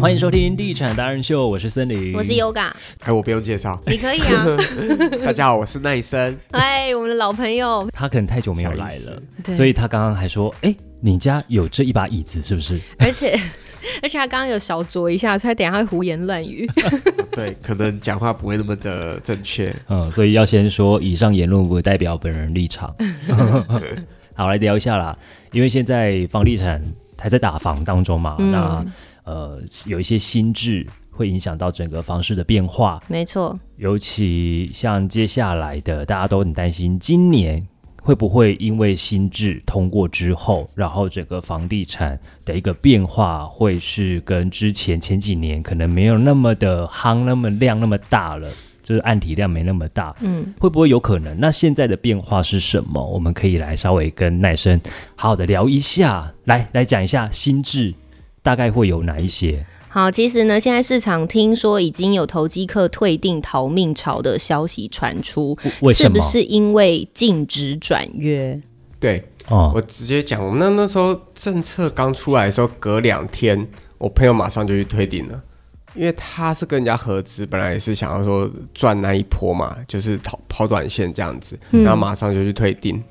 欢迎收听《地产达人秀》，我是森林，我是 Yoga，。哎，我不用介绍 你可以啊。 大家好，我是奈森。哎，我们的老朋友，他可能太久没有来小意了，对所以他刚刚还说：“哎，你家有这一把椅子是不是而且 而且他刚刚有小酌一下，所以他等一下会胡言乱语。 对，可能讲话不会那么的正确。？”嗯，所以要先说，以上言论不代表本人立 场。好，来聊一下啦，因为现在房地产还在打房当中嘛，嗯那呃有一些新制会影响到整个房市的变化， 没错，尤其像接下来的，大家都很担心今年会不会因为新制通过之后，然后整个房地产的一个变化会是跟之前前几年可能没有那么的夯、那么量、那么大了，就是按体量没那么大，嗯，会不会有可能？那现在的变化是什么？我们可以来稍微跟奈生好好的聊一下，来来讲一下新制大概会有哪一些？好，其实呢，现在市场听说已经有投机客退订逃命潮的消息传出，为是什不么？是因为禁止转约？对哦，我直接讲，我们那那时候政策刚出来的时候，隔两天，我朋友马上就去推顶了，因为他是跟人家合资，本来也是想要说赚那一波嘛，就是跑跑短线这样子，然后马上就去推顶。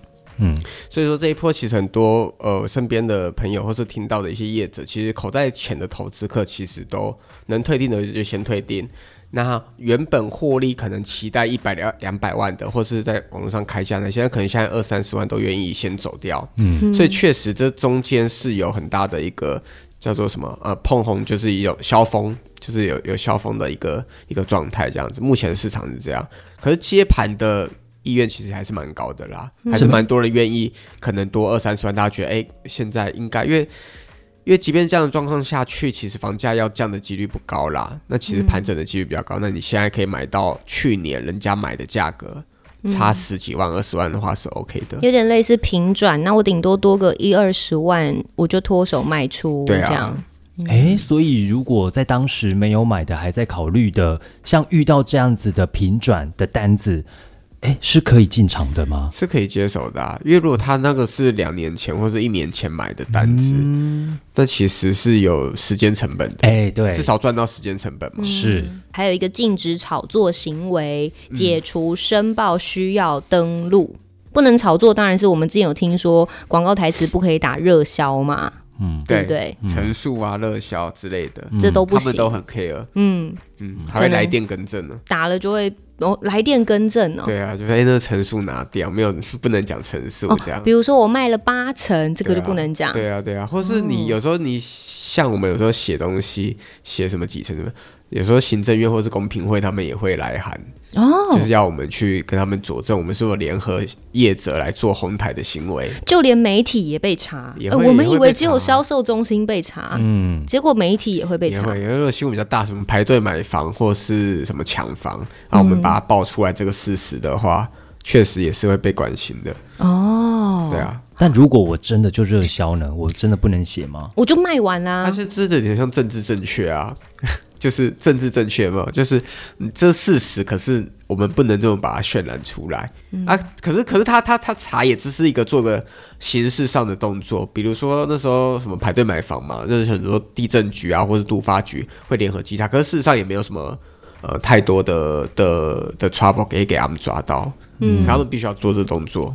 嗯，所以说这一波其实很多呃身边的朋友或是听到的一些业者，其实口袋浅的投资客其实都能退订的就先退订。那原本获利可能期待一百两两百万的，或是在网络上开价的，现在可能现在二三十万都愿意先走掉。嗯，所以确实这中间是有很大的一个叫做什么呃碰红，就是有消风，就是有有消风的一个一个状态这样子。目前市场是这样，可是接盘的意愿其实还是蛮高的啦，还嗯是蛮多人愿意，可能多二三十万，大家觉得哎、现在应该因为。因为即便这样的状况下去，其实房价要降的几率不高啦。那其实盘整的几率比较高。那你现在可以买到去年人家买的价格，差十几万、二十万的话是 OK 的。有点类似平转，那我顶多多个一二十万，我就脱手卖出，对啊这样。哎，所以如果在当时没有买的，还在考虑的，像遇到这样子的平转的单子，哎，是可以进场的吗？是可以接手的、啊，因为如果他那个是两年前或者一年前买的单子，那其实是有时间成本的，哎，对，至少赚到时间成本嘛。是还有一个禁止炒作行为，解除申报需要登录。不能炒作，当然是我们之前有听说广告台词不可以打热销嘛，对不对？层数啊、热销之类的，这嗯都不他们行，都很 care，嗯，嗯，还会可能来电更正呢。打了就会哦来电更正哦。对啊，就是哎、那个层数拿掉，没有不能讲层数哦这样。比如说我卖了八成，这个啊对啊就不能讲。对啊，对啊，或是哦你有时候你像我们有时候写东西，写什么几层什么，有时候行政院或是公平会他们也会来函，哦就，是要我们去跟他们佐证，我们是否联合业者来做红台的行为。就连媒体也被查，也呃会我们也以会为被只有查销售中心被查，嗯，结果媒体也会被也查。会，因为如果新闻比较大，什么排队买房或是什么抢房，然后我们把它爆出来这个事实的话，确实也是会被关心的。哦，对啊，但如果我真的就热销呢？我真的不能写吗？我就卖完啦、而且这有点像政治正确啊， 就是政治正确嘛，就是嗯这事实，可是我们不能这么把它渲染出来、啊。可是，可是他他他查也只是一个做个形式上的动作，比如说那时候什么排队买房嘛，就是很多地震局啊，或是都发局会联合稽查，可是事实上也没有什么。呃，太多的的的 trouble 给给他们抓到，嗯，他们必须要做这动作，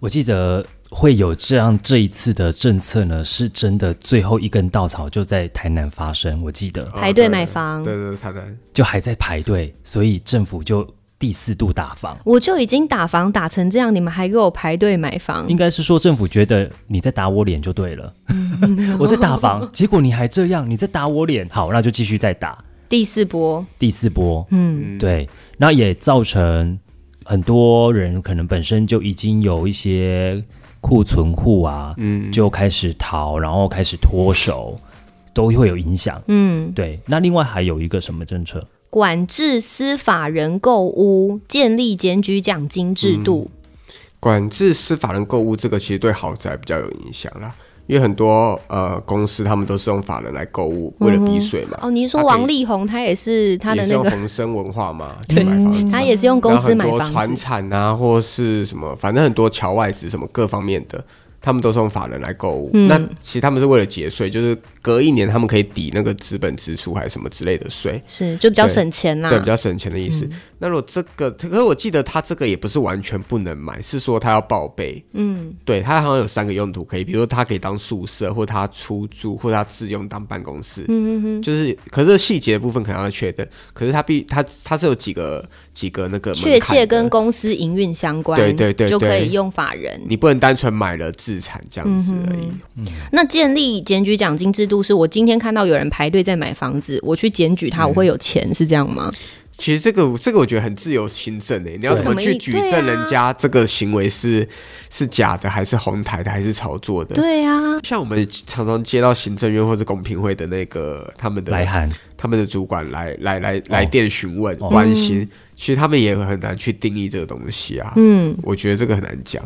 我记得会有这样这一次的政策呢，是真的最后一根稻草就在台南发生，我记得排队买房哦对对对，他在就还在排队，所以政府就第四度打房。我就已经打房打成这样，你们还给我排队买房应，该是说政府觉得你在打我脸就对了， 我在打房，结果你还这样，你在打我脸，好，那就继续再打第四波，第四波，嗯，对，那也造成很多人可能本身就已经有一些库存户啊，嗯，就开始逃，然后开始脱手，都会有影响，嗯，对。那另外还有一个什么政策？管制司法人购屋，建立检举奖金制度，嗯管制司法人购物这个其实对豪宅比较有影响啦，因为很多呃公司他们都是用法人来购物，为了避税嘛。哦，你说他可以王力宏他也是他的也是那用个，红生文 化嘛，去买房子嘛他也是用公然后司很买多房船子，产啊，或是什么，反正很多侨嗯外资什么各方面的，他们都是用法人来购物。那其实他们是为了节税，就是隔一年他们可以抵那个资本支出还是什么之类的税，是就比较对省钱啦。对，比较省钱的意嗯思。那如果这个，可是我记得它这个也不是完全不能买，是说它要报备。嗯，对，它好像有三个用途可以，比如说它可以当宿舍，或它出租，或它自用当办公室。嗯嗯嗯，就是可是细节部分可能要确认，可是它必它它是有几个几个那个门确槛的切跟公司营运相关，对对对就可对以用法人。你不能单纯买了自产这样子而嗯已。那建立检举奖金制度，是我今天看到有人排队在买房子，我去检举嗯他，我会有钱，是这样吗？其实这个这个我觉得很自由行政诶、你要这怎么什么去意举对啊证人家这个行为是是假的，还是哄抬的，还是炒作的？对啊，像我们常常接到行政院或者公平会的那个他们的来函，哦他们的主管来来来来电询问、关心，嗯其实他们也很难去定义这个东西啊。嗯，我觉得这个很难讲，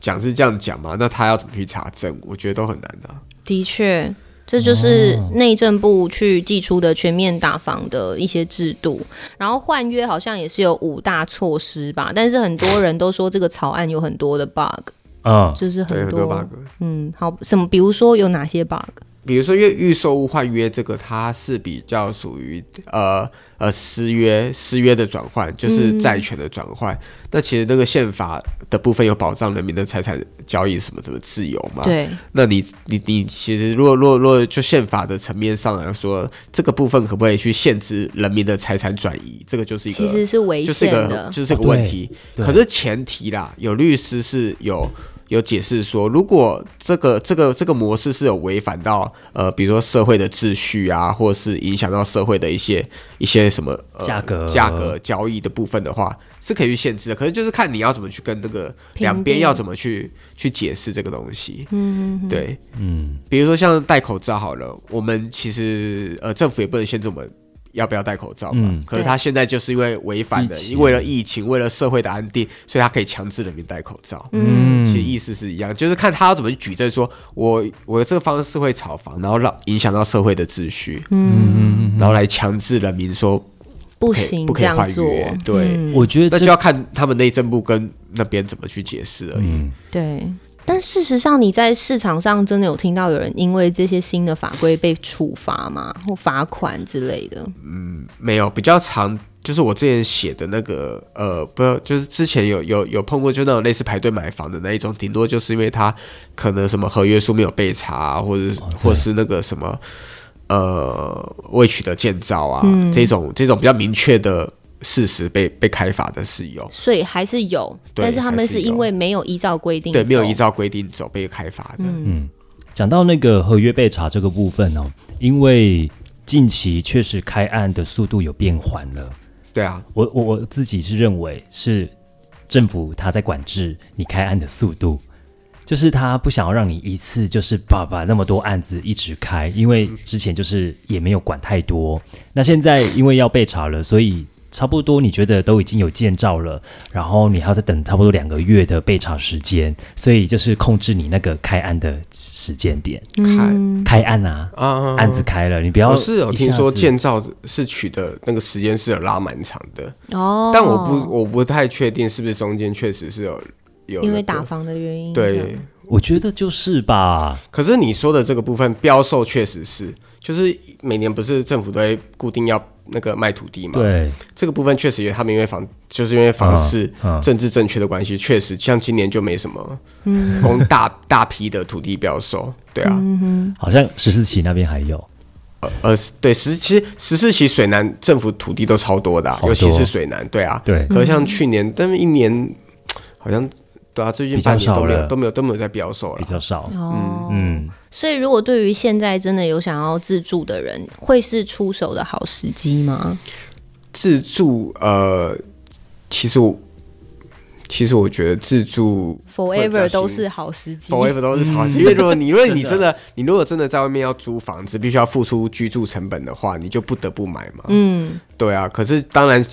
讲是这样讲嘛，那他要怎么去查证？我觉得都很难的、啊。的确。这就是内政部去寄出的全面打房的一些制度，然后换约好像也是有五大措施吧，但是很多人都说这个草案有很多的 bug，嗯，就是对，很很多多 bug。嗯，好，什么？比如说有哪些 bug？比如说预预售物换约这个，它是比较属于呃呃私约私约的转换，就是嗯债权的转换。那其实那个宪法的部分有保障人民的财产交易什么的自由嘛？。对，那你你你其实如果如果如果就宪法的层面上来说，这个部分可不可以去限制人民的财产转移？这个就是一个其实是违就是一宪个的，就是一个哦问对题。对可是前提啦，有律师是有有解释说，如果这个这个这个模式是有违反到呃，比如说社会的秩序啊，或是影响到社会的一些一些什么、呃、价格价格交易的部分的话，是可以去限制的。可是就是看你要怎么去跟这个两边定要怎么去去解释这个东西。嗯，对，嗯，比如说像戴口罩好了，我们其实呃政府也不能限制我们。要不要戴口罩嘛？嗯可是他现在就是因为违反了，疫情因为为了疫情，为了社会的安定，所以他可以强制人民戴口罩。嗯，其实意思是一样，就是看他要怎么去举证说，我我这个方式会炒房，然后让影响到社会的秩序，嗯，然后来强制人民说不不可以行不可这以样换做，嗯约，对。嗯我觉那得就这要看他们内政部跟那边怎么去解释嗯而已。对。但事实上，你在市场上真的有听到有人因为这些新的法规被处罚吗？或罚款之类的？没有比较长，就是我之前写的那个呃，不知道，就是之前有有有碰过，就那种类似排队买房的那一种，顶多就是因为他可能什么合约书没有被查、或者哦是、或是那个什么呃未取得建造啊、嗯这种这种比较明确的事实被被开罚的是有。所以还是有，对但是他们还是是有因为没有依照规定嗯对，没有走依照规定走被开罚的，讲到那个合约被查这个部分哦，因为近期确实开案的速度有变缓了。对啊，我我我自己是认为是政府他在管制你开案的速度，就是他不想要让你一次就是把把那么多案子一直开，因为之前就是也没有管太多。那现在因为要被查了，所以差不多你觉得都已经有建造了，然后你还要再等差不多两个月的备查时间，所以就是控制你那个开案的时间点，看嗯开案啊。啊，案子开了，你不要我是有一下听说子建造是取的那个时间是有拉蛮长的，哦。但我不我不太确定是不是中间确实是有有那个、因为打房的原因，这对样，我觉得就是吧，可是你说的这个部分标售确实是，就是每年不是政府都会固定要那个卖土地嘛？，对，这个部分确实也他们因为房就是因为房市、嗯嗯政治正确的关系，确实像今年就没什么嗯供大大批的土地标售，对啊，好像十四期那边还有，呃，对，十其实十四期水南政府土地都超多的啊、好多尤其是水南，对啊，对可是像去年，但是一年好像对啊，最近比较半年都没少有了都没有都没有在标售比了。较少。哦，嗯，所以如果对于现在真的有想要自住的人，会是出手的好时机吗？自助呃，其实我其实我觉得自助 forever 都是好时机。 forever 都是好嗯 事，因为如果你因为你真的你如果真的在外面要租房子，必须要付出居住成本的话，你就不得不买嘛。嗯，对啊，可是当然，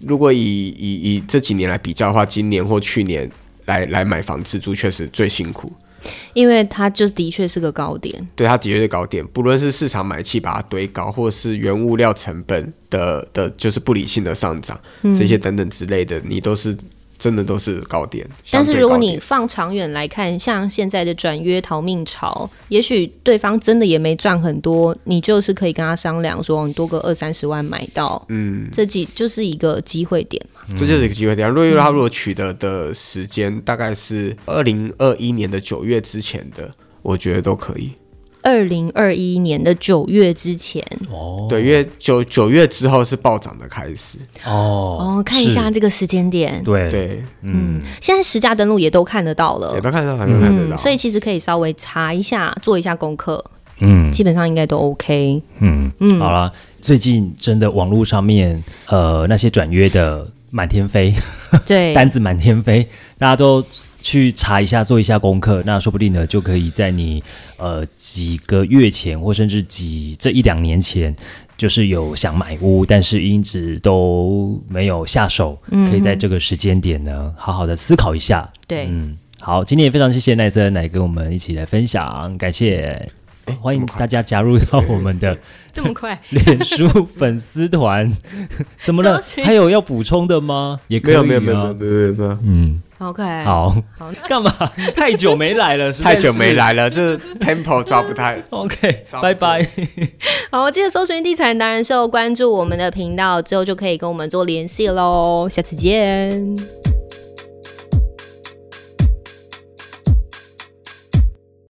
如果以以以这几年来比较的话，今年或去年来来买房自住确实最辛苦。因为它就的确是个高点，对，它的确是高点，不论是市场买气把它堆高，或是原物嗯料成本的的，就是不理性的上涨，这些等等之类的，你都是真的都是高点。但是如果相对高点你放长远来看，像现在的转约逃命潮，也许对方真的也没赚很多，你就是可以跟他商量说，哦你多个二三十万买到，嗯，这几就是一个机会点嘛。这就是一个机会点。若月他如果取得的时间大概是二零二一年的九月之前的，我觉得都可以。二零二一年的九月之前，哦对，因为九九月之后是暴涨的开始。哦哦，看一下是这个时间点，对对，哦嗯现在实价登录也都看得到了也，都看得到，好像看得到。嗯所以其实可以稍微查一下，做一下功课，嗯基本上应该都 OK。嗯嗯，好啦，最近真的网络上面呃那些转约的满天飞，对，单子满天飞，大家都去查一下，做一下功课，那说不定呢，就可以在你呃几个月前，或甚至几这一两年前，就是有想买屋，但是一直都没有下手，可以在这个时间点呢，好好的思考一下。对嗯，好，今天也非常谢谢奈森来跟我们一起来分享，感谢。欢迎大家加入到我们的这么快，脸书粉丝团， 怎么了搜？寻还有要补充的吗？也可没以、有啊、没有没有没有没有没有没有，嗯， OK，，好，好，干嘛？太久没来了，实在太是久没。来了，这 tempo 抓不太。 OK，抓不拜住拜。好，记得搜寻地产达人秀，关注我们的频道之后就可以跟我们做联系喽。下次见。